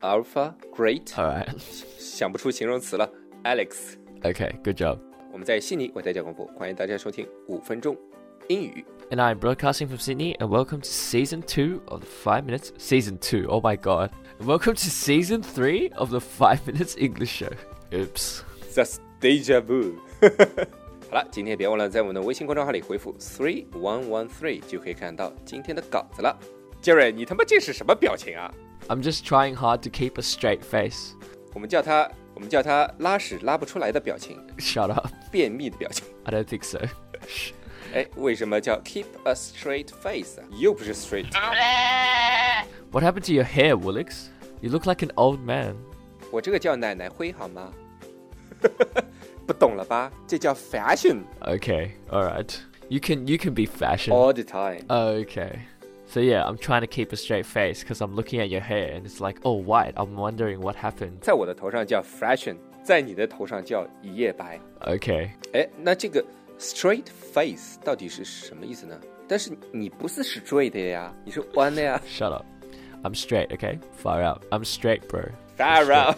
Alpha Great， Alright. 想不出形容词了，Alex。 Okay, good job. 我们在悉尼为大家广播，欢迎大家收听五分钟英语。 And I'm broadcasting from Sydney, and welcome to season two of the Five Minutes. Season two, oh my god. And welcome to season three of the Five Minutes English Show. Oops. That's deja vu 。 好了，今天别忘了在我们的微信公众号里回复 three one one three 就可以看到今天的稿子了。杰瑞，你他妈这是什么表情啊？ I'm just trying hard to keep a straight face. 我们叫它，我们叫它拉屎拉不出来的表情， Shut up. 便秘的表情。 I don't think so. Shh. 哎，为什么叫 keep a straight face 啊？又不是 straight， What happened to your hair, Woolix? You look like an old man. 我这个叫奶奶灰好吗？ 不懂了吧？这叫 fashion Okay, alright. You can you can be fashion. all the time。 Okay. So yeah, I'm trying to keep a straight face because I'm looking at your hair and it's like all white. I'm wondering what happened. 在我的头上叫 fashion，在你的头上叫一夜白。 Okay. 哎，那这个 straight face 到底是什么意思呢？但是你不是 straight 的呀，你是弯的呀。 Shut up. I'm straight, okay? Far out. I'm straight, bro. Pharaoh，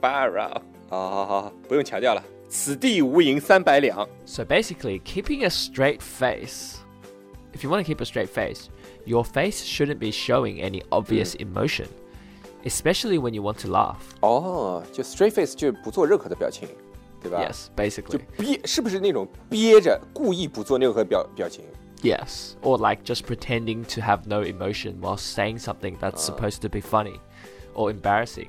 Pharaoh，好好好，不用强调了。此地无银三百两。 So basically, keeping a straight face. If you want to keep a straight face, your face shouldn't be showing any obvious emotion, especially when you want to laugh. 哦，就 straight face 就不做任何的表情，对吧 Yes, basically. 憋是不是那种憋着故意不做任何表表情？ Yes. Or like just pretending to have no emotion while saying something that's supposed to be funny or embarrassing.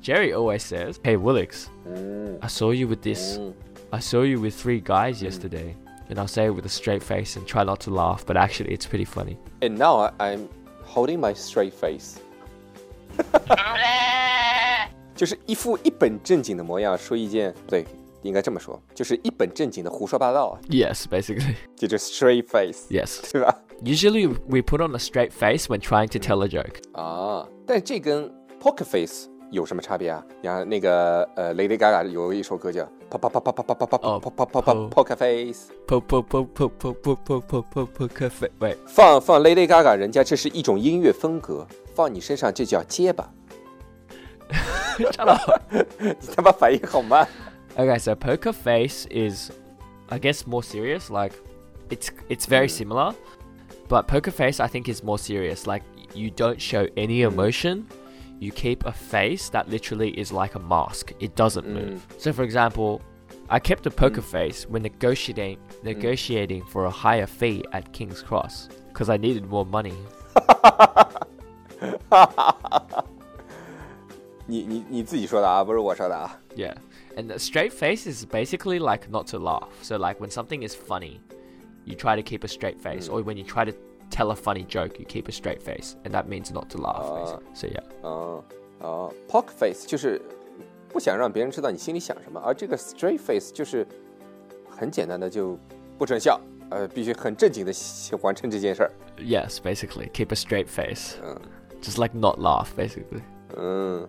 Jerry always says, Hey Willix, I saw you with this. I saw you with three guys yesterday. And I'll say it with a straight face and try not to laugh, but actually it's pretty funny. And now I'm holding my straight face 。就是一副一本正经的模样，说一件不对，应该这么说，就是一本正经的胡说八道啊， Yes, basically. 就是 straight face， Yes. 对吧？ Usually we put on a straight face when trying to tell a joke. 啊，但这跟 poker face 有什么差别啊？你看那个呃，Lady Gaga 有一首歌叫 p o p p o p p o p p o p p o p p o p p o p p o poker face， Po po po po po po po po po po cafe. Wait. 放放 Lady Gaga，人家这是一种音乐风格，放你身上这叫结巴。 你他妈反应好慢。 Okay, so poker face is, I guess, more serious. Like, it's it's very similar, but poker face I think is more serious. Like, you don't show any emotion. You keep a face that literally is like a mask. It doesn't move. So, for example, I kept a poker face when negotiating negotiating for a higher fee at King's Cross because I needed more money. 你你你自己说的啊，不是我说的啊。 Yeah. And a straight face is basically like not to laugh. So like when something is funny, you try to keep a straight face, or when you try to tell a funny joke, you keep a straight face, and that means not to laugh. basically. So yeah. 哦哦，poker face 就是不想让别人知道你心里想什么，而这个 straight face 就是很简单的就不准笑，呃，必须很正经的完成这件事儿。 Yes, basically keep a straight face. Just like not laugh, basically. 嗯，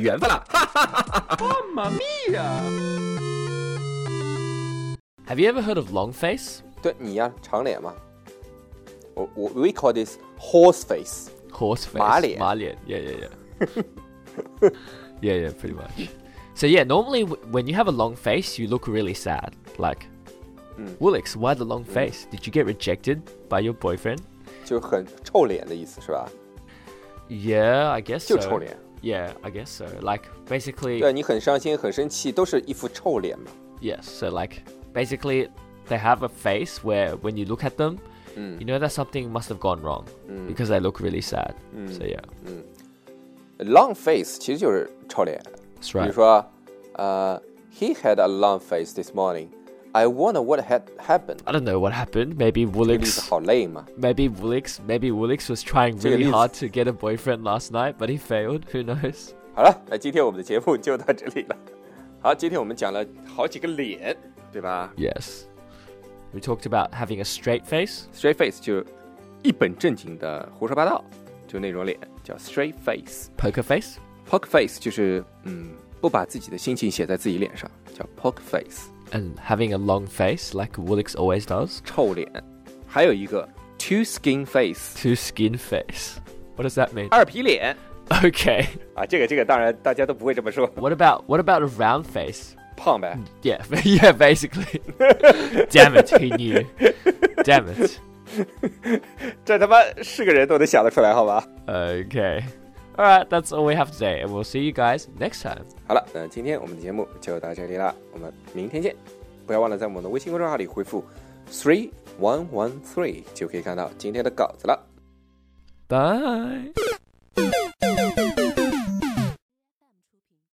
缘分了。 Have you ever heard of long face? 对你呀、长脸嘛。我我 we call this horse face。 Horse face. 马脸。 马脸. Yeah, yeah, yeah. yeah, yeah, pretty much. So yeah, normally w- when you have a long face, you look really sad. Like, Mm. Woolix, why the long face? Did you get rejected by your boyfriend? 就是很臭脸的意思是吧？ Yeah, I guess 就 so. 是臭脸。 Yeah, I guess so. Like basically, 对你很伤心、很生气，都是一副臭脸嘛。 yes. So like basically, they have a face where when you look at them, Mm. you know that something must have gone wrong because they look really sad. Mm. So yeah, Long face 其实就是臭脸。 that's 比如 right. 说，呃，He had a long face this morning. I wonder what had happened. I don't know what happened. Maybe 这个例子 Woolix. 好累嘛？ Maybe Woolix. Maybe Woolix was trying Take a really leaf. hard to get a boyfriend last night, but he failed. Who knows? 好了，那今天我们的节目就到这里了。好，今天我们讲了好几个脸，对吧 Yes. We talked about having a straight face. ？Straight face 就一本正经的胡说八道，就那种脸叫 straight face。 Poker face. Poker face 就是嗯，不把自己的心情写在自己脸上，叫 poker face， And having a long face, like Woolix always does. 臭脸。还有一个 two skin face， Two skin face. What does that mean? 二皮脸 Okay. 啊，这个这个当然大家都不会这么说， What about what about a round face? 胖呗。 Yeah, yeah, basically. Damn it, he knew. Damn it. 这他妈是个人都能想得出来，好吧？ Okay. All right, that's all we have today, and we'll see you guys next time. 好了，那今天我们的节目就到这里了，我们明天见！不要忘了在我们的微信公众号里回复 three one one three 就可以看到今天的稿子了。 Bye.